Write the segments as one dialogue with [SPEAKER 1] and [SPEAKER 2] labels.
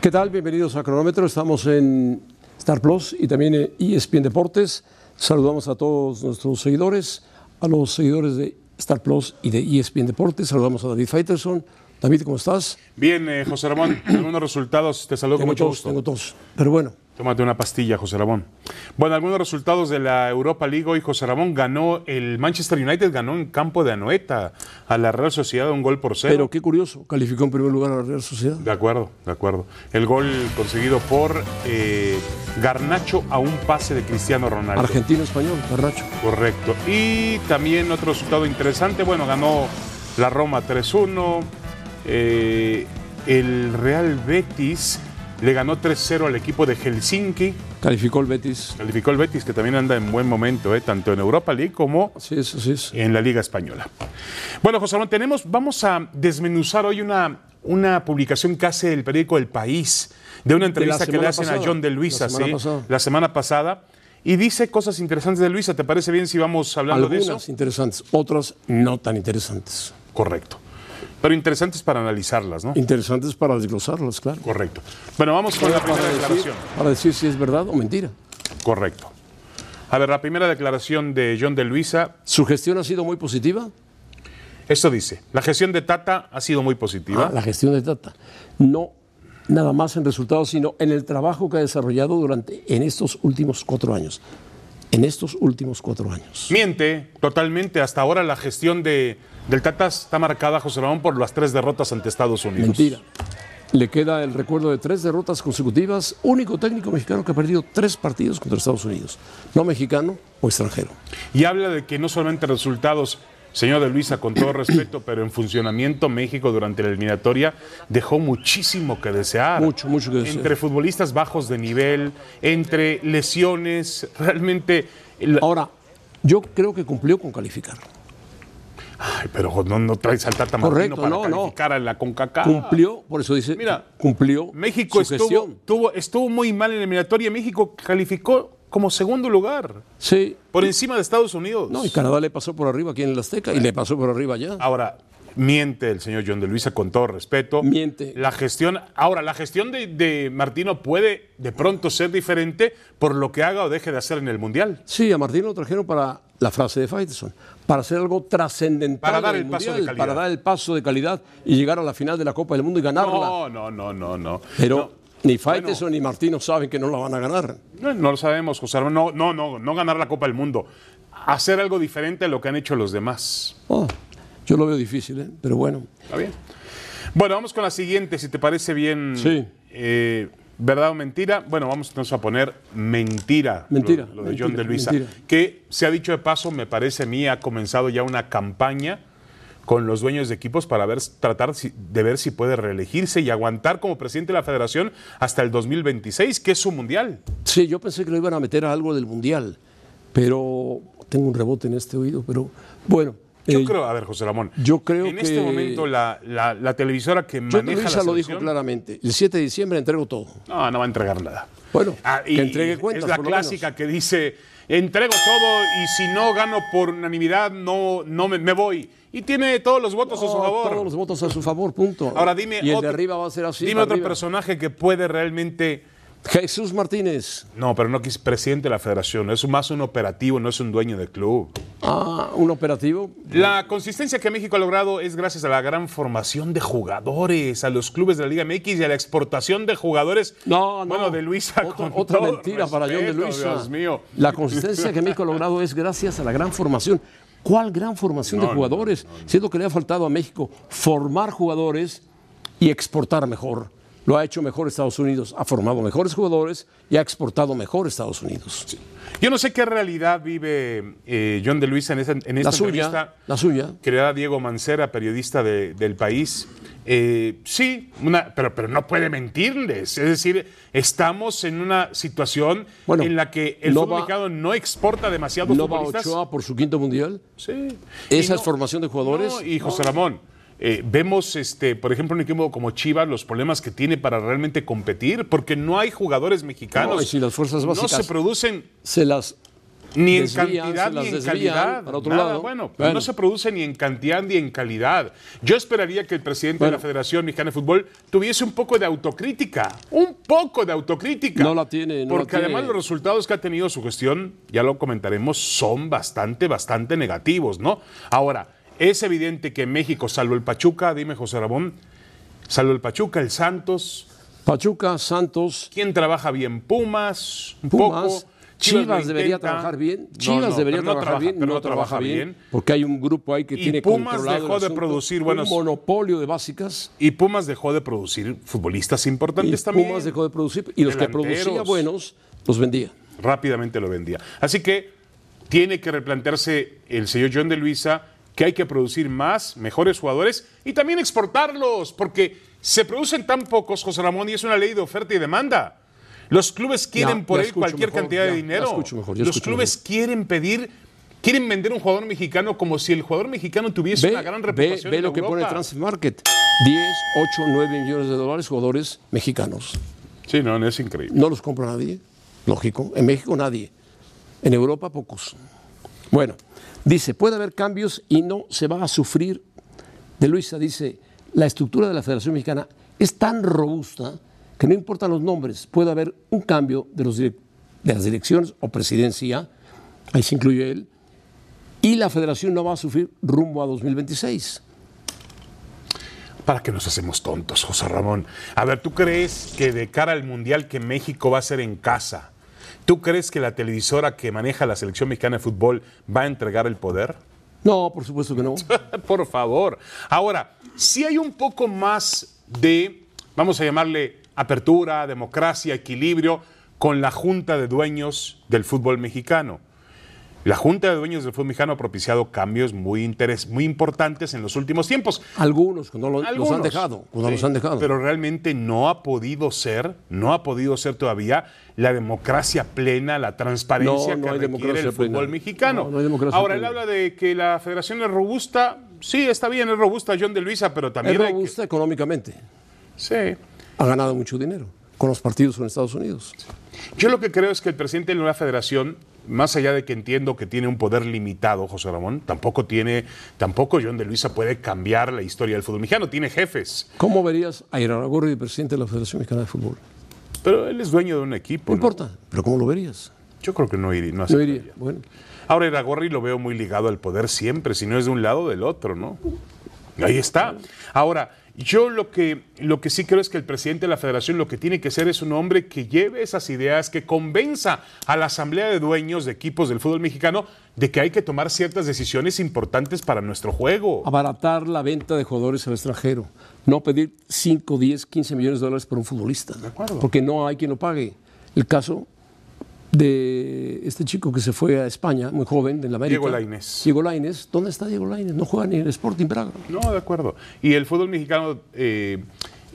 [SPEAKER 1] ¿Qué tal? Bienvenidos a Cronómetro. Estamos en Star Plus y también en E ESPN Deportes. Saludamos a todos nuestros seguidores, a los seguidores de Star Plus y de E ESPN Deportes. Saludamos a David Faitelson. David, ¿cómo estás?
[SPEAKER 2] Bien, eh, José Ramón, algunos resultados. Te saludo con
[SPEAKER 1] tengo
[SPEAKER 2] mucho
[SPEAKER 1] tos,
[SPEAKER 2] gusto.
[SPEAKER 1] tengo tos. Pero bueno,
[SPEAKER 2] Tómate una pastilla, José Ramón. Bueno, algunos resultados de la Europa League hoy, José Ramón ganó, el Manchester United ganó en campo de Anoeta a la Real Sociedad un gol por cero.
[SPEAKER 1] pero qué curioso. Calificó en primer lugar a la Real Sociedad.
[SPEAKER 2] De acuerdo, de acuerdo. El gol conseguido por eh, Garnacho a un pase de Cristiano Ronaldo.
[SPEAKER 1] Argentino-español, Garnacho.
[SPEAKER 2] Correcto. Y también otro resultado interesante, bueno, ganó la Roma 3-1, eh, el Real Betis le ganó 3-0 al equipo de Helsinki,
[SPEAKER 1] Calificó el Betis.
[SPEAKER 2] calificó el Betis que también anda en buen momento, eh, tanto en Europa League como
[SPEAKER 1] Así es, así es.
[SPEAKER 2] en la Liga Española. Bueno, José Ramón, tenemos, vamos a desmenuzar hoy una, una publicación que hace el periódico El País, de una entrevista que le
[SPEAKER 1] semana
[SPEAKER 2] hacen a
[SPEAKER 1] pasada.
[SPEAKER 2] John de Luisa,
[SPEAKER 1] La semana
[SPEAKER 2] ¿sí?
[SPEAKER 1] pasada.
[SPEAKER 2] la semana pasada, y dice cosas interesantes de Luisa. ¿Te parece bien si vamos hablando de
[SPEAKER 1] Algunas
[SPEAKER 2] eso?
[SPEAKER 1] interesantes, otras no tan interesantes.
[SPEAKER 2] Correcto. Pero interesantes para analizarlas, ¿no?
[SPEAKER 1] Interesantes para desglosarlas, claro.
[SPEAKER 2] Correcto. Bueno, vamos con la
[SPEAKER 1] para,
[SPEAKER 2] primera
[SPEAKER 1] decir,
[SPEAKER 2] declaración.
[SPEAKER 1] para decir si es verdad o mentira.
[SPEAKER 2] Correcto. A ver, la primera declaración de John de Luisa
[SPEAKER 1] ¿Su gestión ha sido muy positiva?
[SPEAKER 2] Esto dice, la gestión de Tata ha sido muy positiva.
[SPEAKER 1] Ah, la gestión de Tata. No nada más en resultados, sino en el trabajo que ha desarrollado durante en estos últimos cuatro años. En estos últimos cuatro años.
[SPEAKER 2] Miente totalmente. Hasta ahora la gestión de, del Tata está marcada, José Ramón, por las tres derrotas ante Estados Unidos.
[SPEAKER 1] Mentira. Le queda el recuerdo de tres derrotas consecutivas, único técnico mexicano que ha perdido tres partidos contra Estados Unidos, no mexicano o extranjero.
[SPEAKER 2] Y habla de que no solamente resultados, señor de Luisa, con todo respeto, pero en funcionamiento México durante la eliminatoria dejó muchísimo que desear.
[SPEAKER 1] Mucho, mucho que desear.
[SPEAKER 2] Entre futbolistas bajos de nivel, entre lesiones, realmente... el-
[SPEAKER 1] Ahora, yo creo que cumplió con calificar.
[SPEAKER 2] Ay, pero no, no traes al Tata Martino
[SPEAKER 1] Correcto,
[SPEAKER 2] para
[SPEAKER 1] no, no.
[SPEAKER 2] calificar a la CONCACAF.
[SPEAKER 1] Cumplió, por eso dice,
[SPEAKER 2] Ah. Mira,
[SPEAKER 1] cumplió
[SPEAKER 2] México
[SPEAKER 1] su
[SPEAKER 2] estuvo,
[SPEAKER 1] gestión.
[SPEAKER 2] tuvo- estuvo muy mal en la eliminatoria. México calificó como segundo lugar,
[SPEAKER 1] Sí.
[SPEAKER 2] por encima de Estados Unidos.
[SPEAKER 1] No, y Canadá le pasó por arriba aquí en el Azteca y le pasó por arriba allá.
[SPEAKER 2] Ahora, miente el señor John de Luisa con todo respeto.
[SPEAKER 1] Miente.
[SPEAKER 2] La gestión, ahora, la gestión de, de Martino puede de pronto ser diferente por lo que haga o deje de hacer en el Mundial.
[SPEAKER 1] Sí, a Martín lo trajeron para la frase de Faitelson, para hacer algo trascendental.
[SPEAKER 2] Para dar
[SPEAKER 1] en
[SPEAKER 2] el paso de calidad.
[SPEAKER 1] Para dar el paso de calidad y llegar a la final de la Copa del Mundo y ganarla.
[SPEAKER 2] No, no, no, no, no.
[SPEAKER 1] Pero ni Faitelson
[SPEAKER 2] Bueno.
[SPEAKER 1] ni Martino saben que no la van a ganar.
[SPEAKER 2] No, no lo sabemos, José Ramón. No, no, no, no ganar la Copa del Mundo. Hacer algo diferente a lo que han hecho los demás.
[SPEAKER 1] Oh, yo lo veo difícil, ¿eh? pero bueno.
[SPEAKER 2] Está bien. Bueno, vamos con la siguiente, si te parece bien.
[SPEAKER 1] Sí.
[SPEAKER 2] eh, ¿Verdad o mentira? Bueno, vamos entonces a poner mentira. lo-
[SPEAKER 1] Mentira,
[SPEAKER 2] Lo, de John
[SPEAKER 1] mentira,
[SPEAKER 2] de Luisa.
[SPEAKER 1] mentira.
[SPEAKER 2] Que se ha dicho de paso, me parece a mí, ha comenzado ya una campaña con los dueños de equipos para ver, tratar si- de ver si puede reelegirse y aguantar como presidente de la federación hasta el 2026, que es su mundial.
[SPEAKER 1] Sí, yo pensé que lo iban a meter a algo del Mundial, pero tengo un rebote en este oído, pero bueno.
[SPEAKER 2] Yo
[SPEAKER 1] eh,
[SPEAKER 2] creo, a ver, José Ramón.
[SPEAKER 1] yo creo
[SPEAKER 2] En este
[SPEAKER 1] que-
[SPEAKER 2] momento, la, la- la televisora que
[SPEAKER 1] John de
[SPEAKER 2] maneja la
[SPEAKER 1] Luisa lo dijo
[SPEAKER 2] selección-
[SPEAKER 1] claramente. El 7 de diciembre entrego todo.
[SPEAKER 2] No, no va a entregar nada.
[SPEAKER 1] Bueno,
[SPEAKER 2] Ah, y
[SPEAKER 1] que entregue cuentas.
[SPEAKER 2] Es la
[SPEAKER 1] por lo menos.
[SPEAKER 2] clásica que dice, entrego todo y si no gano por unanimidad, no, no me, me voy. Y tiene todos los votos a su
[SPEAKER 1] No,
[SPEAKER 2] favor.
[SPEAKER 1] Todos los votos a su favor, punto.
[SPEAKER 2] Ahora dime,
[SPEAKER 1] Y el
[SPEAKER 2] otro,
[SPEAKER 1] de arriba va a ser así.
[SPEAKER 2] dime otro
[SPEAKER 1] arriba.
[SPEAKER 2] personaje que puede realmente...
[SPEAKER 1] Jesús Martínez.
[SPEAKER 2] No, pero no que es presidente de la federación, es más un operativo, no es un dueño del club.
[SPEAKER 1] Ah, un operativo.
[SPEAKER 2] La consistencia que México ha logrado es gracias a la gran formación de jugadores, a los clubes de la Liga MX y a la exportación de jugadores.
[SPEAKER 1] No, no.
[SPEAKER 2] Bueno, de Luisa.
[SPEAKER 1] Otra-
[SPEAKER 2] con
[SPEAKER 1] otra
[SPEAKER 2] todo
[SPEAKER 1] mentira para John de
[SPEAKER 2] respeto,
[SPEAKER 1] Luisa.
[SPEAKER 2] Dios mío.
[SPEAKER 1] La consistencia que México ha logrado es gracias a la gran formación. ¿Cuál gran formación de jugadores? Siendo que le ha faltado a México formar jugadores y exportar mejor. Lo ha hecho mejor Estados Unidos. Ha formado mejores jugadores y ha exportado mejor Estados Unidos.
[SPEAKER 2] Yo no sé qué realidad vive eh, John de Luisa en, esa- en esta
[SPEAKER 1] La suya.
[SPEAKER 2] entrevista
[SPEAKER 1] La suya.
[SPEAKER 2] que le da Diego Mancera, periodista de- del país. Eh, sí, una- pero, pero no puede mentirles. Es decir, estamos en una situación
[SPEAKER 1] Bueno,
[SPEAKER 2] en la que el
[SPEAKER 1] no
[SPEAKER 2] fútbol
[SPEAKER 1] va-
[SPEAKER 2] mexicano no exporta demasiados
[SPEAKER 1] No va
[SPEAKER 2] futbolistas.
[SPEAKER 1] Ochoa por su quinto mundial.
[SPEAKER 2] Sí.
[SPEAKER 1] Esa
[SPEAKER 2] Y
[SPEAKER 1] es formación de jugadores.
[SPEAKER 2] No, y José Ramón, eh, vemos, este, por ejemplo, un equipo como Chivas, los problemas que tiene para realmente competir, porque no hay jugadores mexicanos.
[SPEAKER 1] No, y si las fuerzas
[SPEAKER 2] No
[SPEAKER 1] básicas-
[SPEAKER 2] se producen
[SPEAKER 1] se las
[SPEAKER 2] Ni en
[SPEAKER 1] desvían,
[SPEAKER 2] cantidad
[SPEAKER 1] se las
[SPEAKER 2] ni en
[SPEAKER 1] desvían
[SPEAKER 2] calidad.
[SPEAKER 1] para otro
[SPEAKER 2] nada
[SPEAKER 1] lado.
[SPEAKER 2] Bueno,
[SPEAKER 1] Bueno.
[SPEAKER 2] no se produce ni en cantidad ni en calidad. Yo esperaría que el presidente de
[SPEAKER 1] Bueno.
[SPEAKER 2] la Federación Mexicana de Fútbol tuviese un poco de autocrítica. Un poco de autocrítica.
[SPEAKER 1] No la tiene, no la
[SPEAKER 2] Porque
[SPEAKER 1] tiene.
[SPEAKER 2] además los resultados que ha tenido su gestión, ya lo comentaremos, son bastante, bastante negativos, ¿no? Ahora, es evidente que en México, salvo el Pachuca, dime José Ramón, salvo el Pachuca, el Santos,
[SPEAKER 1] Pachuca, Santos,
[SPEAKER 2] ¿Quién trabaja bien? Pumas, un
[SPEAKER 1] Pumas.
[SPEAKER 2] poco.
[SPEAKER 1] Chivas,
[SPEAKER 2] lo
[SPEAKER 1] debería
[SPEAKER 2] intenta.
[SPEAKER 1] trabajar bien.
[SPEAKER 2] No,
[SPEAKER 1] Chivas
[SPEAKER 2] no,
[SPEAKER 1] debería
[SPEAKER 2] pero no
[SPEAKER 1] trabajar
[SPEAKER 2] trabaja,
[SPEAKER 1] bien,
[SPEAKER 2] pero
[SPEAKER 1] no trabaja bien, porque hay un grupo ahí que
[SPEAKER 2] Y
[SPEAKER 1] tiene
[SPEAKER 2] Pumas
[SPEAKER 1] controlado el
[SPEAKER 2] dejó de
[SPEAKER 1] asunto,
[SPEAKER 2] producir
[SPEAKER 1] un
[SPEAKER 2] buenos-
[SPEAKER 1] monopolio de básicas.
[SPEAKER 2] Y Pumas dejó de producir futbolistas
[SPEAKER 1] Y
[SPEAKER 2] importantes también.
[SPEAKER 1] Pumas dejó de producir y los que
[SPEAKER 2] Delanteros.
[SPEAKER 1] producía buenos los vendía.
[SPEAKER 2] Rápidamente lo vendía. Así que tiene que replantearse el señor John de Luisa que hay que producir más, mejores jugadores y también exportarlos, porque se producen tan pocos, José Ramón, y es una ley de oferta y demanda. Los clubes quieren
[SPEAKER 1] Ya,
[SPEAKER 2] por
[SPEAKER 1] ya
[SPEAKER 2] él
[SPEAKER 1] escucho
[SPEAKER 2] cualquier
[SPEAKER 1] mejor,
[SPEAKER 2] cantidad de
[SPEAKER 1] ya, ya
[SPEAKER 2] dinero.
[SPEAKER 1] escucho mejor, ya
[SPEAKER 2] los
[SPEAKER 1] escucho
[SPEAKER 2] clubes quieren pedir, quieren vender un jugador mexicano como si el jugador mexicano tuviese
[SPEAKER 1] Ve,
[SPEAKER 2] una gran
[SPEAKER 1] ve-
[SPEAKER 2] reputación.
[SPEAKER 1] ve
[SPEAKER 2] en
[SPEAKER 1] lo que pone
[SPEAKER 2] Europa.
[SPEAKER 1] Transfer Market. 10, 8, 9 millones de dólares jugadores mexicanos.
[SPEAKER 2] Sí, no, no, es increíble.
[SPEAKER 1] No los compra nadie, lógico. En México nadie. En Europa pocos. Bueno, dice, puede haber cambios y no se va a sufrir. De Luisa dice, la estructura de la Federación Mexicana es tan robusta que no importan los nombres, puede haber un cambio de, los direc- de las direcciones o presidencia, ahí se incluye él, y la federación no va a sufrir rumbo a 2026.
[SPEAKER 2] ¿Para qué nos hacemos tontos, José Ramón? A ver, ¿tú crees que de cara al Mundial que México va a ser en casa, ¿tú crees que la televisora que maneja la selección mexicana de fútbol va a entregar el poder?
[SPEAKER 1] No, por supuesto que no.
[SPEAKER 2] Por favor. Ahora, si hay un poco más de, vamos a llamarle, apertura, democracia, equilibrio con la Junta de Dueños del Fútbol Mexicano. La Junta de Dueños del Fútbol Mexicano ha propiciado cambios muy, interes- muy importantes en los últimos tiempos.
[SPEAKER 1] Algunos, cuando lo- los
[SPEAKER 2] Algunos.
[SPEAKER 1] han dejado. Cuando
[SPEAKER 2] Sí,
[SPEAKER 1] los han dejado.
[SPEAKER 2] Pero realmente no ha podido ser, no ha podido ser todavía la democracia plena, la transparencia
[SPEAKER 1] No, no
[SPEAKER 2] que
[SPEAKER 1] hay
[SPEAKER 2] requiere
[SPEAKER 1] democracia
[SPEAKER 2] el fútbol
[SPEAKER 1] plena.
[SPEAKER 2] mexicano.
[SPEAKER 1] No, no hay democracia
[SPEAKER 2] Ahora, él
[SPEAKER 1] plena.
[SPEAKER 2] habla de que la federación es robusta. Sí, está bien, es robusta John de Luisa, pero
[SPEAKER 1] Es
[SPEAKER 2] también hay que-
[SPEAKER 1] robusta económicamente.
[SPEAKER 2] Sí.
[SPEAKER 1] ha ganado mucho dinero con los partidos en Estados Unidos.
[SPEAKER 2] Yo lo que creo es que el presidente de la federación, más allá de que entiendo que tiene un poder limitado, José Ramón, tampoco tiene, tampoco John de Luisa puede cambiar la historia del fútbol mexicano, tiene jefes,
[SPEAKER 1] ¿Cómo verías a Iraragorri, presidente de la Federación Mexicana de Fútbol? No
[SPEAKER 2] pero él es dueño de un equipo. ¿no?
[SPEAKER 1] importa, pero ¿cómo lo verías?
[SPEAKER 2] Yo creo que no iría. No
[SPEAKER 1] No
[SPEAKER 2] aceptaría.
[SPEAKER 1] iría. Bueno,
[SPEAKER 2] Ahora Iragorri lo veo muy ligado al poder siempre, si no es de un lado del otro, ¿no? Ahí está. Ahora, yo lo que, lo que sí creo es que el presidente de la federación lo que tiene que ser es un hombre que lleve esas ideas, que convenza a la asamblea de dueños de equipos del fútbol mexicano de que hay que tomar ciertas decisiones importantes para nuestro juego.
[SPEAKER 1] abaratar la venta de jugadores al extranjero. No pedir 5, 10, 15 millones de dólares por un futbolista.
[SPEAKER 2] acuerdo.
[SPEAKER 1] Porque no hay quien lo pague. El caso de este chico que se fue a España, muy joven, en la América.
[SPEAKER 2] Diego Lainez.
[SPEAKER 1] Diego Lainez. ¿Dónde está Diego Lainez? No juega ni en el Sporting Braga.
[SPEAKER 2] No, de acuerdo. Y el fútbol mexicano, eh,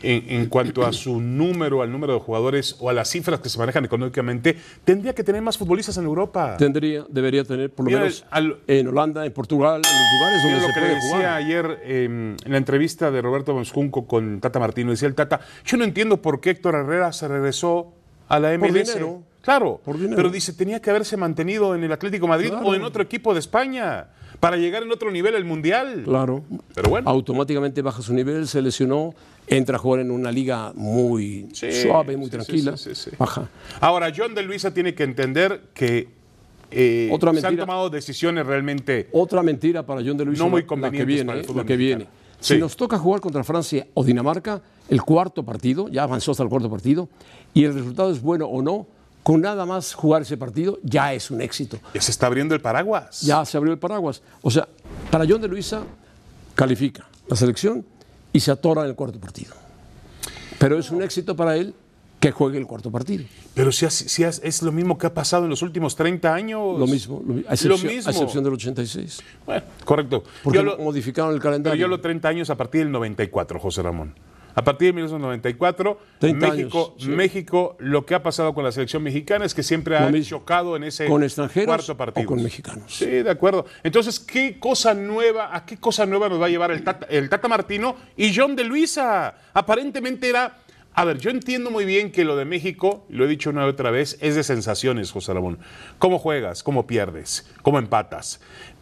[SPEAKER 2] en, en cuanto a su número, al número de jugadores o a las cifras que se manejan económicamente, tendría que tener más futbolistas en Europa.
[SPEAKER 1] Tendría, debería tener, por lo
[SPEAKER 2] Mira,
[SPEAKER 1] menos,
[SPEAKER 2] al-
[SPEAKER 1] en Holanda, en Portugal, en los lugares donde
[SPEAKER 2] Mira lo
[SPEAKER 1] se
[SPEAKER 2] que le
[SPEAKER 1] puede
[SPEAKER 2] decía
[SPEAKER 1] jugar.
[SPEAKER 2] ayer eh, en la entrevista de Roberto Monscunco con Tata Martino. Decía el Tata, yo no entiendo por qué Héctor Herrera se regresó a la MLS.
[SPEAKER 1] dinero.
[SPEAKER 2] Claro,
[SPEAKER 1] Por dinero.
[SPEAKER 2] pero dice, tenía que haberse mantenido en el Atlético Madrid
[SPEAKER 1] Claro.
[SPEAKER 2] o en otro equipo de España para llegar en otro nivel al Mundial.
[SPEAKER 1] Claro.
[SPEAKER 2] Pero bueno.
[SPEAKER 1] Automáticamente baja su nivel, se lesionó, entra a jugar en una liga muy
[SPEAKER 2] Sí,
[SPEAKER 1] suave, muy
[SPEAKER 2] sí,
[SPEAKER 1] tranquila.
[SPEAKER 2] sí, sí, sí.
[SPEAKER 1] Baja.
[SPEAKER 2] Ahora, John de Luisa tiene que entender que eh,
[SPEAKER 1] Otra
[SPEAKER 2] se han
[SPEAKER 1] mentira.
[SPEAKER 2] tomado decisiones realmente...
[SPEAKER 1] Otra mentira para John de Luis.
[SPEAKER 2] No muy
[SPEAKER 1] la que
[SPEAKER 2] convenientes
[SPEAKER 1] viene.
[SPEAKER 2] para el
[SPEAKER 1] eh,
[SPEAKER 2] fútbol
[SPEAKER 1] la que viene.
[SPEAKER 2] mexicano. Sí.
[SPEAKER 1] Si nos toca jugar contra Francia o Dinamarca, el cuarto partido, ya avanzó hasta el cuarto partido, y el resultado es bueno o no, con nada más jugar ese partido ya es un éxito.
[SPEAKER 2] Ya se está abriendo el paraguas.
[SPEAKER 1] ya se abrió el paraguas. O sea, para John de Luisa califica la selección y se atora en el cuarto partido. Pero es un éxito para él que juegue el cuarto partido.
[SPEAKER 2] Pero si, has- si has- es lo mismo que ha pasado en los últimos 30 años.
[SPEAKER 1] Lo mismo, lo, mi- a, excepción,
[SPEAKER 2] Pues, mismo.
[SPEAKER 1] a excepción del 86.
[SPEAKER 2] Bueno, correcto.
[SPEAKER 1] Porque
[SPEAKER 2] Yo lo-
[SPEAKER 1] modificaron el
[SPEAKER 2] Pero
[SPEAKER 1] calendario.
[SPEAKER 2] yo lo 30 años a partir del 94, José Ramón. A partir de 1994,
[SPEAKER 1] 30
[SPEAKER 2] México,
[SPEAKER 1] años, sí.
[SPEAKER 2] México, lo que ha pasado con la selección mexicana es que siempre
[SPEAKER 1] Lo
[SPEAKER 2] ha
[SPEAKER 1] mismo.
[SPEAKER 2] chocado en ese
[SPEAKER 1] con extranjeros
[SPEAKER 2] cuarto partido.
[SPEAKER 1] o con mexicanos.
[SPEAKER 2] Sí, de acuerdo. Entonces, ¿qué cosa nueva, a qué cosa nueva nos va a llevar el Tata, el Tata Martino y John de Luisa? Aparentemente era A ver, yo entiendo muy bien que lo de México, lo he dicho una y otra vez, es de sensaciones, José Ramón. ¿Cómo juegas? ¿Cómo pierdes? ¿Cómo empatas?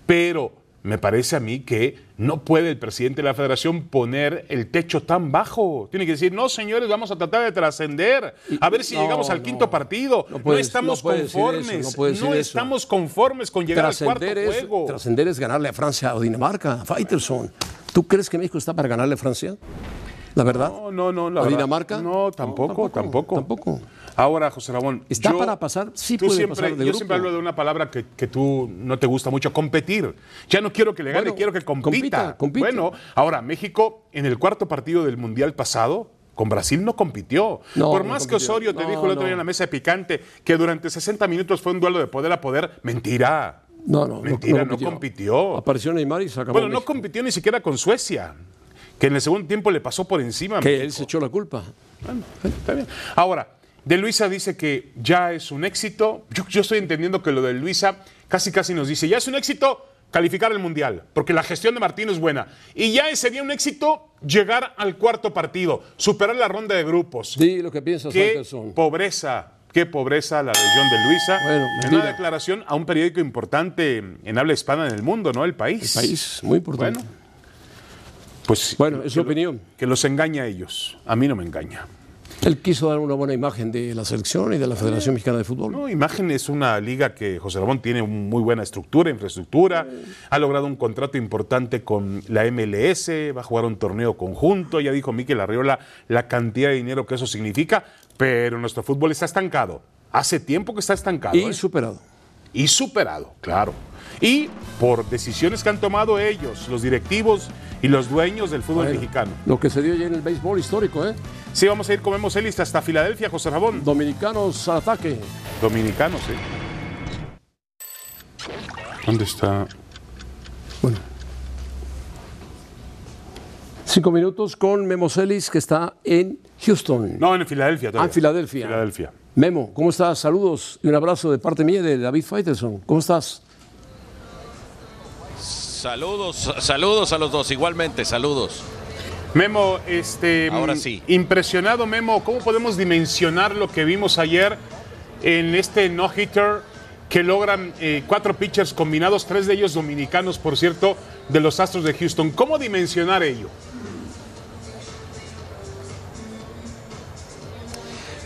[SPEAKER 2] Pero me parece a mí que no puede el presidente de la federación poner el techo tan bajo. Tiene que decir, no, señores, vamos a tratar de trascender, a ver si
[SPEAKER 1] No,
[SPEAKER 2] llegamos al
[SPEAKER 1] no.
[SPEAKER 2] quinto partido.
[SPEAKER 1] No
[SPEAKER 2] No,
[SPEAKER 1] puedes-
[SPEAKER 2] estamos
[SPEAKER 1] no puede decir
[SPEAKER 2] conformes,
[SPEAKER 1] eso, no
[SPEAKER 2] no,
[SPEAKER 1] puede decir eso.
[SPEAKER 2] estamos conformes con llegar al cuarto
[SPEAKER 1] Trascender es,
[SPEAKER 2] juego.
[SPEAKER 1] trascender es ganarle a Francia o Dinamarca, a Faitelson. ¿Tú crees que México está para ganarle a Francia? ¿La verdad?
[SPEAKER 2] No, no, no. la
[SPEAKER 1] ¿A
[SPEAKER 2] verdad-
[SPEAKER 1] Dinamarca?
[SPEAKER 2] No, tampoco, tampoco.
[SPEAKER 1] Tampoco.
[SPEAKER 2] Ahora, José Ramón.
[SPEAKER 1] Está para pasar, sí
[SPEAKER 2] tú
[SPEAKER 1] puede
[SPEAKER 2] siempre,
[SPEAKER 1] pasar de
[SPEAKER 2] Yo
[SPEAKER 1] grupo.
[SPEAKER 2] siempre hablo de una palabra que, que tú no te gusta mucho, competir. Ya no quiero que le gane,
[SPEAKER 1] Bueno,
[SPEAKER 2] quiero que compita.
[SPEAKER 1] compita, compite.
[SPEAKER 2] Bueno, ahora, México, en el cuarto partido del Mundial pasado, con Brasil no compitió.
[SPEAKER 1] No,
[SPEAKER 2] Por
[SPEAKER 1] no
[SPEAKER 2] más que
[SPEAKER 1] compitió.
[SPEAKER 2] Osorio te
[SPEAKER 1] No,
[SPEAKER 2] dijo el otro
[SPEAKER 1] no.
[SPEAKER 2] día en la mesa de picante que durante 60 minutos fue un duelo de poder a poder, mentira.
[SPEAKER 1] No, no, no,
[SPEAKER 2] Mentira,
[SPEAKER 1] no
[SPEAKER 2] no
[SPEAKER 1] compitió.
[SPEAKER 2] compitió.
[SPEAKER 1] Apareció Neymar y se acabó.
[SPEAKER 2] Bueno, no
[SPEAKER 1] México.
[SPEAKER 2] compitió ni siquiera con Suecia, que en el segundo tiempo le pasó por encima. a
[SPEAKER 1] que
[SPEAKER 2] México.
[SPEAKER 1] él se echó la culpa.
[SPEAKER 2] Bueno, está bien. Ahora, de Luisa dice que ya es un éxito. Yo, yo estoy entendiendo que lo de Luisa casi casi nos dice, ya es un éxito calificar el Mundial, porque la gestión de Martín es buena. Y ya sería un éxito llegar al cuarto partido, superar la ronda de grupos.
[SPEAKER 1] Sí, lo que piensas,
[SPEAKER 2] Qué Pues,
[SPEAKER 1] Faitelson.
[SPEAKER 2] pobreza, qué pobreza la región de Luisa.
[SPEAKER 1] Bueno,
[SPEAKER 2] en una
[SPEAKER 1] mentira.
[SPEAKER 2] declaración a un periódico importante en habla hispana en el mundo, ¿no? El país.
[SPEAKER 1] País, muy importante.
[SPEAKER 2] Bueno. Pues
[SPEAKER 1] Bueno, es su
[SPEAKER 2] que lo-
[SPEAKER 1] opinión.
[SPEAKER 2] que los engaña a ellos. A mí no me engaña.
[SPEAKER 1] Él quiso dar una buena imagen de la selección y de la Federación Mexicana de Fútbol.
[SPEAKER 2] No, Imagen es una liga que José Ramón tiene un- muy buena estructura, infraestructura, ha logrado un contrato importante con la MLS, va a jugar un torneo conjunto, ya dijo Miquel Arriola la cantidad de dinero que eso significa, pero nuestro fútbol está estancado. Hace tiempo que está estancado. ¿eh?
[SPEAKER 1] y superado.
[SPEAKER 2] y superado, claro. Y por decisiones que han tomado ellos, los directivos y los dueños del fútbol
[SPEAKER 1] Bueno,
[SPEAKER 2] mexicano.
[SPEAKER 1] Lo que se dio ayer en el béisbol histórico, ¿eh?
[SPEAKER 2] Sí, vamos a ir con Memo Celis hasta Filadelfia, José Ramón.
[SPEAKER 1] Dominicanos al ataque.
[SPEAKER 2] Dominicanos, ¿eh? ¿Dónde está?
[SPEAKER 1] Bueno. Cinco minutos con Memo Celis, que está en Houston.
[SPEAKER 2] No, en Filadelfia
[SPEAKER 1] Ah,
[SPEAKER 2] todavía.
[SPEAKER 1] en Filadelfia.
[SPEAKER 2] Filadelfia.
[SPEAKER 1] Memo, ¿cómo estás? Saludos y un abrazo de parte mía y de David Faitelson. ¿Cómo estás?
[SPEAKER 3] Saludos, saludos a los dos, igualmente, saludos.
[SPEAKER 2] Memo, este.
[SPEAKER 3] Ahora
[SPEAKER 2] mm,
[SPEAKER 3] sí.
[SPEAKER 2] Impresionado, Memo. ¿Cómo podemos dimensionar lo que vimos ayer en este no-hitter que logran eh, cuatro pitchers combinados, tres de ellos dominicanos, por cierto, de los Astros de Houston? ¿Cómo dimensionar ello?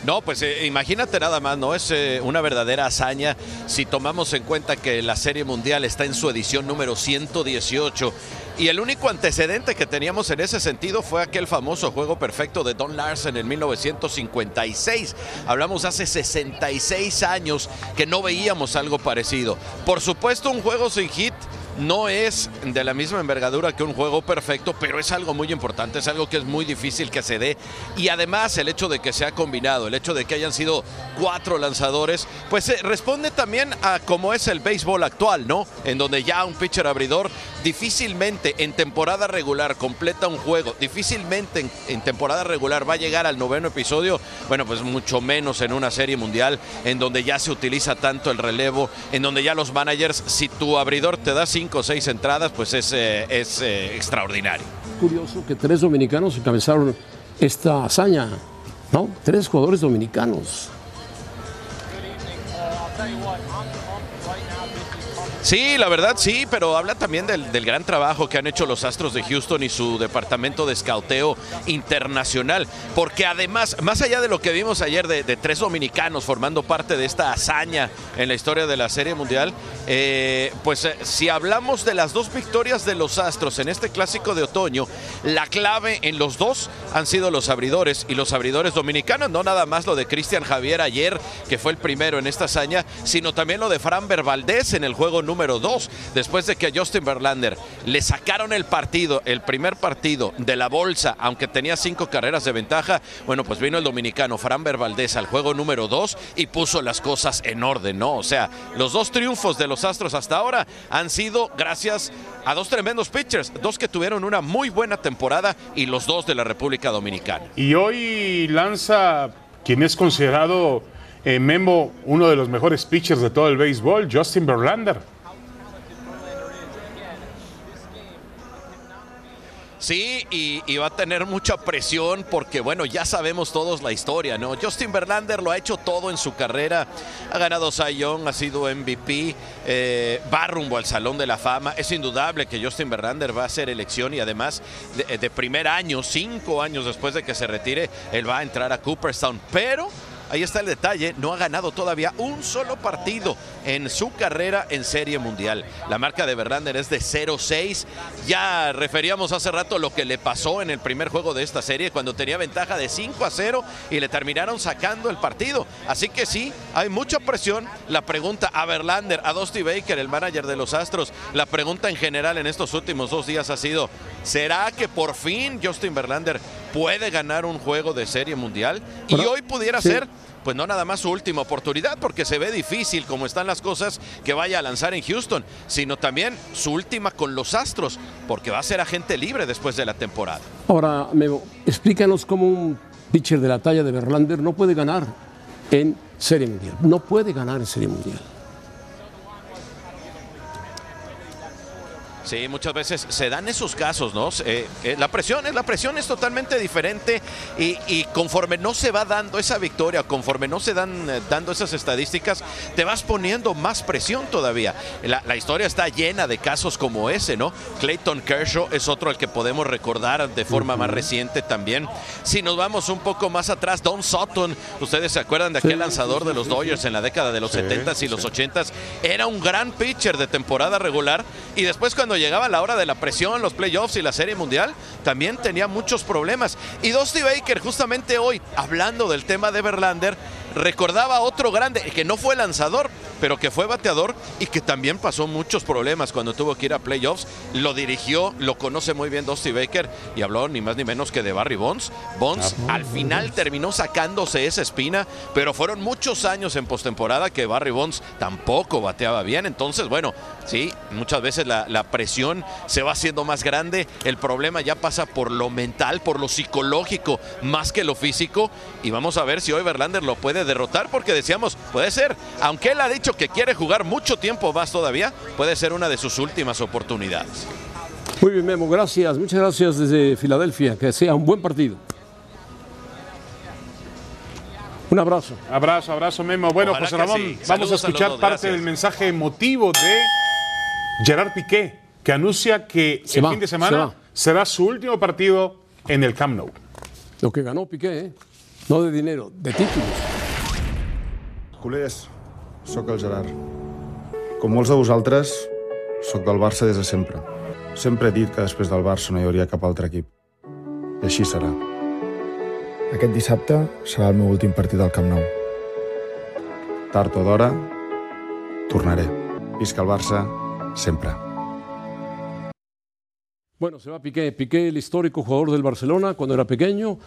[SPEAKER 3] No, pues eh, imagínate nada más, ¿no? Es eh, una verdadera hazaña si tomamos en cuenta que la Serie Mundial está en su edición número 118. Y el único antecedente que teníamos en ese sentido fue aquel famoso juego perfecto de Don Larsen en 1956. Hablamos hace 66 años que no veíamos algo parecido. Por supuesto, un juego sin hit no es de la misma envergadura que un juego perfecto, pero es algo muy importante, es algo que es muy difícil que se dé. Y además el hecho de que sea combinado, el hecho de que hayan sido cuatro lanzadores, pues eh, responde también a cómo es el béisbol actual, ¿no? En donde ya un pitcher abridor difícilmente en temporada regular completa un juego, difícilmente en, en temporada regular va a llegar al noveno episodio, bueno, pues mucho menos en una serie mundial en donde ya se utiliza tanto el relevo, en donde ya los managers, si tu abridor te da cinco o seis entradas, pues es, eh, es eh, extraordinario.
[SPEAKER 1] Curioso que tres dominicanos encabezaron esta hazaña, ¿no? Tres jugadores dominicanos.
[SPEAKER 3] Sí, la verdad sí, pero habla también del, del gran trabajo que han hecho los Astros de Houston y su departamento de escauteo internacional, porque además, más allá de lo que vimos ayer de, de tres dominicanos formando parte de esta hazaña en la historia de la Serie Mundial, eh, pues eh, si hablamos de las dos victorias de los Astros en este clásico de otoño, la clave en los dos han sido los abridores y los abridores dominicanos, no nada más lo de Cristian Javier ayer, que fue el primero en esta hazaña, sino también lo de Framber Valdés en el juego número 2, después de que a Justin Verlander le sacaron el partido, el primer partido de la bolsa, aunque tenía cinco carreras de ventaja, bueno, pues vino el dominicano Framber Valdés al juego número 2 y puso las cosas en orden, ¿no? O sea, los dos triunfos de los Astros hasta ahora han sido gracias a dos tremendos pitchers, dos que tuvieron una muy buena temporada y los dos de la República Dominicana.
[SPEAKER 2] Y hoy lanza quien es considerado eh, Memo uno de los mejores pitchers de todo el béisbol, Justin Verlander.
[SPEAKER 3] Sí, y, y, va a tener mucha presión porque, bueno, ya sabemos todos la historia, ¿no? Justin Verlander lo ha hecho todo en su carrera. Ha ganado Cy Young, ha sido MVP, eh, va rumbo al Salón de la Fama. Es indudable que Justin Verlander va a ser elección y además de, de primer año, cinco años después de que se retire, él va a entrar a Cooperstown. Pero ahí está el detalle, no ha ganado todavía un solo partido en su carrera en Serie Mundial. La marca de Verlander es de 0-6. Ya referíamos hace rato lo que le pasó en el primer juego de esta serie cuando tenía ventaja de 5 a 0 y le terminaron sacando el partido. Así que sí, hay mucha presión. La pregunta a Verlander, a Dusty Baker, el manager de los Astros, la pregunta en general en estos últimos dos días ha sido, ¿será que por fin Justin Verlander puede ganar un juego de Serie Mundial? Y hoy pudiera sí. ser pues no nada más su última oportunidad, porque se ve difícil como están las cosas que vaya a lanzar en Houston, sino también su última con los Astros, porque va a ser agente libre después de la temporada.
[SPEAKER 1] Ahora, Memo, explícanos cómo un pitcher de la talla de Verlander no puede ganar en Serie Mundial. No puede ganar en Serie Mundial.
[SPEAKER 3] Sí, muchas veces se dan esos casos, ¿no? Eh, eh, la presión, es, la presión es totalmente diferente y, y, conforme no se va dando esa victoria, conforme no se dan eh, dando esas estadísticas, te vas poniendo más presión todavía. La, la, historia está llena de casos como ese, ¿no? Clayton Kershaw es otro al que podemos recordar de forma uh -huh. más reciente también. Si nos vamos un poco más atrás, Don Sutton, ustedes se acuerdan de aquel sí, lanzador sí, de los Dodgers sí, en la década de los 70s y los 80s, era un gran pitcher de temporada regular y después cuando llegaba la hora de la presión, los playoffs y la Serie Mundial, también tenía muchos problemas. Y Dusty Baker, justamente hoy, hablando del tema de Verlander, recordaba a otro grande, que no fue lanzador, pero que fue bateador y que también pasó muchos problemas cuando tuvo que ir a playoffs. Lo dirigió, lo conoce muy bien Dusty Baker y habló ni más ni menos que de Barry Bonds. Bonds ah, al final terminó sacándose esa espina, pero fueron muchos años en postemporada que Barry Bonds tampoco bateaba bien. Entonces, bueno, sí, muchas veces la, la presión se va haciendo más grande. El problema ya pasa por lo mental, por lo psicológico, más que lo físico. Y vamos a ver si hoy Verlander lo puede derrotar porque decíamos, puede ser, aunque él ha dicho que quiere jugar mucho tiempo más todavía, puede ser una de sus últimas oportunidades.
[SPEAKER 1] Muy bien, Memo, gracias. Muchas gracias desde Filadelfia. Que sea un buen partido. Un abrazo.
[SPEAKER 2] Abrazo, abrazo, Memo. Bueno, Ojalá José Ramón, sí. vamos a escuchar a parte del mensaje emotivo de Gerard Piqué, que anuncia que se el va, fin de semana se será su último partido en el Camp Nou.
[SPEAKER 1] Lo que ganó Piqué, ¿eh? no de dinero, de títulos.
[SPEAKER 4] Culers, sóc el Gerard. Com molts de vosaltres, sóc del Barça des de sempre. Sempre he dit que després del Barça no hi hauria cap altre equip. I així serà. Aquest dissabte serà el meu últim partit al Camp Nou. Tard o d'hora, tornaré. Visca el Barça sempre.
[SPEAKER 1] Bueno, se va Piqué. Piqué, el histórico jugador del Barcelona cuando era pequeño,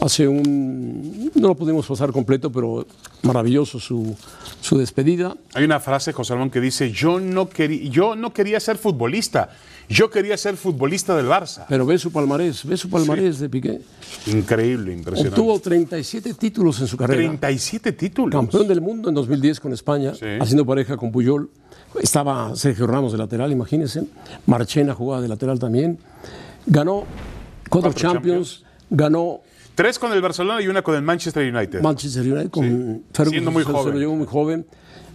[SPEAKER 1] hace un... No lo pudimos pasar completo, pero maravilloso su, su despedida.
[SPEAKER 2] Hay una frase, José Ramón, que dice, yo no, quería, yo no quería ser futbolista, yo quería ser futbolista del Barça.
[SPEAKER 1] Pero ve su palmarés, ve su palmarés sí. de Piqué.
[SPEAKER 2] Increíble, impresionante.
[SPEAKER 1] Obtuvo 37 títulos en su carrera.
[SPEAKER 2] 37 títulos.
[SPEAKER 1] Campeón del mundo en 2010 con España, sí. haciendo pareja con Puyol. Estaba Sergio Ramos de lateral, imagínense. Marchena jugaba de lateral también. Ganó cuatro, cuatro Champions, Champions, ganó
[SPEAKER 2] Tres con el Barcelona y una con el Manchester United.
[SPEAKER 1] Manchester United con sí. Ferguson.
[SPEAKER 2] Siendo muy joven.
[SPEAKER 1] Se lo llevó muy joven.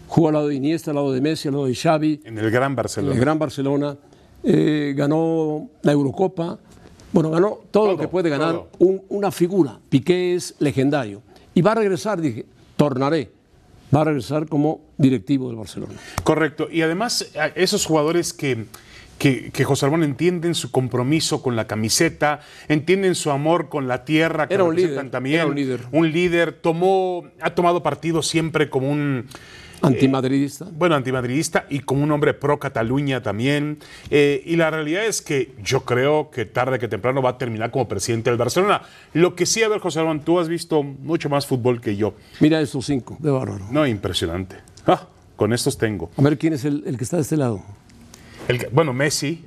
[SPEAKER 1] Jugó al lado de Iniesta, al lado de Messi, al lado de Xavi.
[SPEAKER 2] En el Gran Barcelona.
[SPEAKER 1] En el Gran Barcelona. Eh, ganó la Eurocopa. Bueno, ganó todo, todo lo que puede ganar un, una figura. Piqué es legendario. Y va a regresar, dije, tornaré. Va a regresar como directivo del Barcelona.
[SPEAKER 2] Correcto. Y además, esos jugadores que, que, que, José Ramón entienden su compromiso con la camiseta, entienden su amor con la tierra, que
[SPEAKER 1] era un líder,
[SPEAKER 2] también.
[SPEAKER 1] Era un líder.
[SPEAKER 2] Un líder tomó, ha tomado partido siempre como un
[SPEAKER 1] Antimadridista.
[SPEAKER 2] Eh, bueno, antimadridista y como un hombre pro Cataluña también. Eh, y la realidad es que yo creo que tarde que temprano va a terminar como presidente del Barcelona. Lo que sí, a ver, José Ramón, tú has visto mucho más fútbol que yo.
[SPEAKER 1] Mira estos cinco, de bárbaro.
[SPEAKER 2] No, impresionante. Ah, con estos tengo.
[SPEAKER 1] A ver quién es el, el que está de este lado.
[SPEAKER 2] El, bueno, Messi,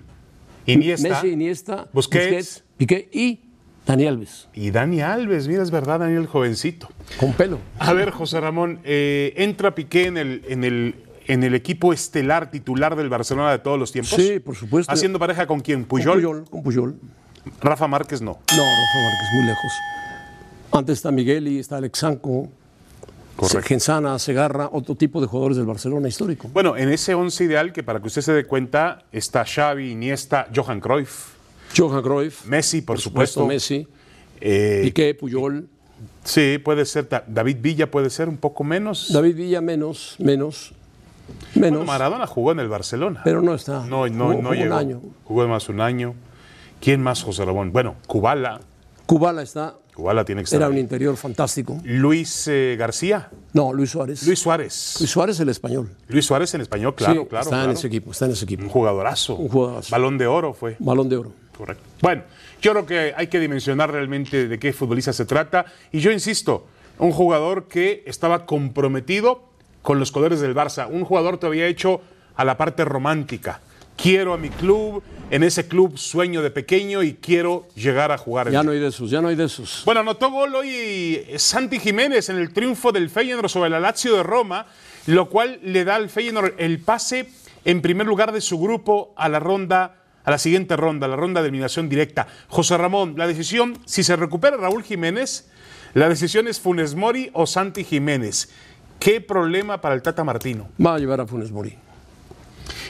[SPEAKER 2] Iniesta,
[SPEAKER 1] Messi, Iniesta
[SPEAKER 2] Busquets, Busquets
[SPEAKER 1] Piqué y Dani Alves.
[SPEAKER 2] Y Dani Alves, mira, es verdad, Daniel jovencito.
[SPEAKER 1] Con pelo.
[SPEAKER 2] A ver, José Ramón, eh, entra Piqué en el, en el, en el equipo estelar titular del Barcelona de todos los tiempos.
[SPEAKER 1] Sí, por supuesto.
[SPEAKER 2] Haciendo pareja con quién?
[SPEAKER 1] Puyol. Con Puyol, con Puyol.
[SPEAKER 2] Rafa Márquez no.
[SPEAKER 1] No, Rafa Márquez, muy lejos. Antes está Miguel y está Alex Sanco,
[SPEAKER 2] Correcto.
[SPEAKER 1] Genzana, Segarra, otro tipo de jugadores del Barcelona histórico.
[SPEAKER 2] Bueno, en ese once ideal, que para que usted se dé cuenta, está Xavi, Iniesta, Johan Cruyff,
[SPEAKER 1] Johan Cruyff,
[SPEAKER 2] Messi, por, supuesto.
[SPEAKER 1] Messi,
[SPEAKER 2] Eh,
[SPEAKER 1] Piqué, Puyol,
[SPEAKER 2] sí, puede ser. Da- David Villa puede ser un poco menos.
[SPEAKER 1] David Villa menos, menos,
[SPEAKER 2] Bueno,
[SPEAKER 1] menos,
[SPEAKER 2] Maradona jugó en el Barcelona.
[SPEAKER 1] pero no está.
[SPEAKER 2] no, no,
[SPEAKER 1] Jugó-
[SPEAKER 2] no
[SPEAKER 1] jugó un
[SPEAKER 2] llegó.
[SPEAKER 1] año.
[SPEAKER 2] Jugó más un año. ¿Quién más, José Ramón? Bueno, Kubala.
[SPEAKER 1] Kubala está,
[SPEAKER 2] Kubala tiene que estar.
[SPEAKER 1] era un
[SPEAKER 2] ahí.
[SPEAKER 1] interior fantástico.
[SPEAKER 2] Luis eh, García.
[SPEAKER 1] No, Luis Suárez.
[SPEAKER 2] Luis Suárez.
[SPEAKER 1] Luis Suárez el español.
[SPEAKER 2] Luis Suárez en español, claro,
[SPEAKER 1] Sí,
[SPEAKER 2] claro.
[SPEAKER 1] Está
[SPEAKER 2] claro.
[SPEAKER 1] en ese equipo, está en ese
[SPEAKER 2] Un
[SPEAKER 1] equipo.
[SPEAKER 2] jugadorazo.
[SPEAKER 1] Un jugadorazo.
[SPEAKER 2] Balón de oro fue.
[SPEAKER 1] Balón de oro.
[SPEAKER 2] Correcto. Bueno, yo creo que hay que dimensionar realmente de qué futbolista se trata. Y yo insisto, un jugador que estaba comprometido con los colores del Barça. Un jugador te había hecho a la parte romántica. Quiero a mi club, en ese club sueño de pequeño y quiero llegar a jugar. en
[SPEAKER 1] Ya
[SPEAKER 2] él.
[SPEAKER 1] no hay de esos, ya no hay de esos.
[SPEAKER 2] Bueno, anotó gol hoy eh, Santi Jiménez en el triunfo del Feyenoord sobre la Lazio de Roma, lo cual le da al Feyenoord el pase en primer lugar de su grupo a la ronda a la siguiente ronda, la ronda de eliminación directa. José Ramón, la decisión, si se recupera Raúl Jiménez, la decisión es Funes Mori o Santi Jiménez. ¿Qué problema para el Tata Martino?
[SPEAKER 1] Va a llevar a Funes Mori.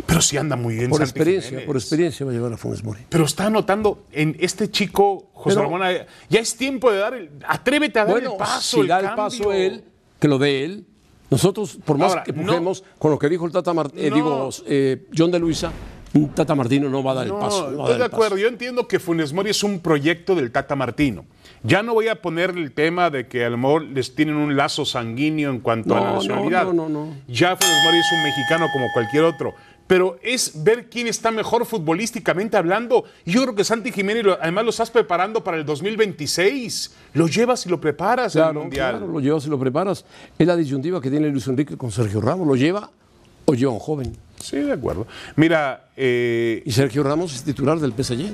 [SPEAKER 2] Pero sí anda muy bien
[SPEAKER 1] Por
[SPEAKER 2] Santi
[SPEAKER 1] experiencia,
[SPEAKER 2] Jiménez.
[SPEAKER 1] por experiencia va a llevar a Funes Mori.
[SPEAKER 2] Pero está anotando en este chico, José
[SPEAKER 1] Pero-
[SPEAKER 2] Ramón, ya es tiempo de dar el... Atrévete a dar
[SPEAKER 1] Bueno,
[SPEAKER 2] el paso,
[SPEAKER 1] si
[SPEAKER 2] el
[SPEAKER 1] da el
[SPEAKER 2] cambio.
[SPEAKER 1] paso él, que lo dé él. Nosotros, por más
[SPEAKER 2] Ahora,
[SPEAKER 1] que
[SPEAKER 2] no-
[SPEAKER 1] pujemos con lo que dijo el Tata Martino,
[SPEAKER 2] No.
[SPEAKER 1] digo, eh, John de Luisa, Tata Martino no va a dar el
[SPEAKER 2] No,
[SPEAKER 1] paso. no va a
[SPEAKER 2] estoy
[SPEAKER 1] dar
[SPEAKER 2] de
[SPEAKER 1] el paso.
[SPEAKER 2] acuerdo. Yo entiendo que Funes Mori es un proyecto del Tata Martino. Ya no voy a poner el tema de que a lo mejor les tienen un lazo sanguíneo en cuanto a
[SPEAKER 1] No,
[SPEAKER 2] la
[SPEAKER 1] no,
[SPEAKER 2] nacionalidad.
[SPEAKER 1] no, no, no.
[SPEAKER 2] Ya Funes Mori es un mexicano como cualquier otro. Pero es ver quién está mejor futbolísticamente hablando. Y Yo creo que Santi Jiménez, lo- además, lo estás preparando para el 2026. Lo llevas y lo preparas al
[SPEAKER 1] Claro,
[SPEAKER 2] Mundial.
[SPEAKER 1] claro, lo llevas y lo preparas. Es la disyuntiva que tiene Luis Enrique con Sergio Ramos. ¿Lo lleva o John, joven?
[SPEAKER 2] Sí, de acuerdo. Mira, eh,
[SPEAKER 1] Y Sergio Ramos es titular del PSG.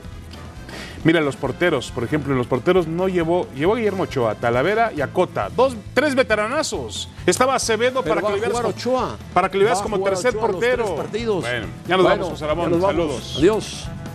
[SPEAKER 2] Mira, los porteros, por ejemplo, los porteros no llevó, llevó a Guillermo Ochoa, a Talavera y a Cota. Dos, tres veteranazos. Estaba Acevedo
[SPEAKER 1] Pero
[SPEAKER 2] para
[SPEAKER 1] va
[SPEAKER 2] que,
[SPEAKER 1] a
[SPEAKER 2] lo veas
[SPEAKER 1] jugar
[SPEAKER 2] como,
[SPEAKER 1] Ochoa.
[SPEAKER 2] para que lo
[SPEAKER 1] Va
[SPEAKER 2] veas
[SPEAKER 1] a
[SPEAKER 2] como
[SPEAKER 1] jugar
[SPEAKER 2] tercer
[SPEAKER 1] Ochoa los
[SPEAKER 2] portero.
[SPEAKER 1] tres partidos.
[SPEAKER 2] Bueno, ya nos
[SPEAKER 1] Bueno,
[SPEAKER 2] vamos, José Ramón.
[SPEAKER 1] ya nos vamos.
[SPEAKER 2] Saludos.
[SPEAKER 1] Adiós.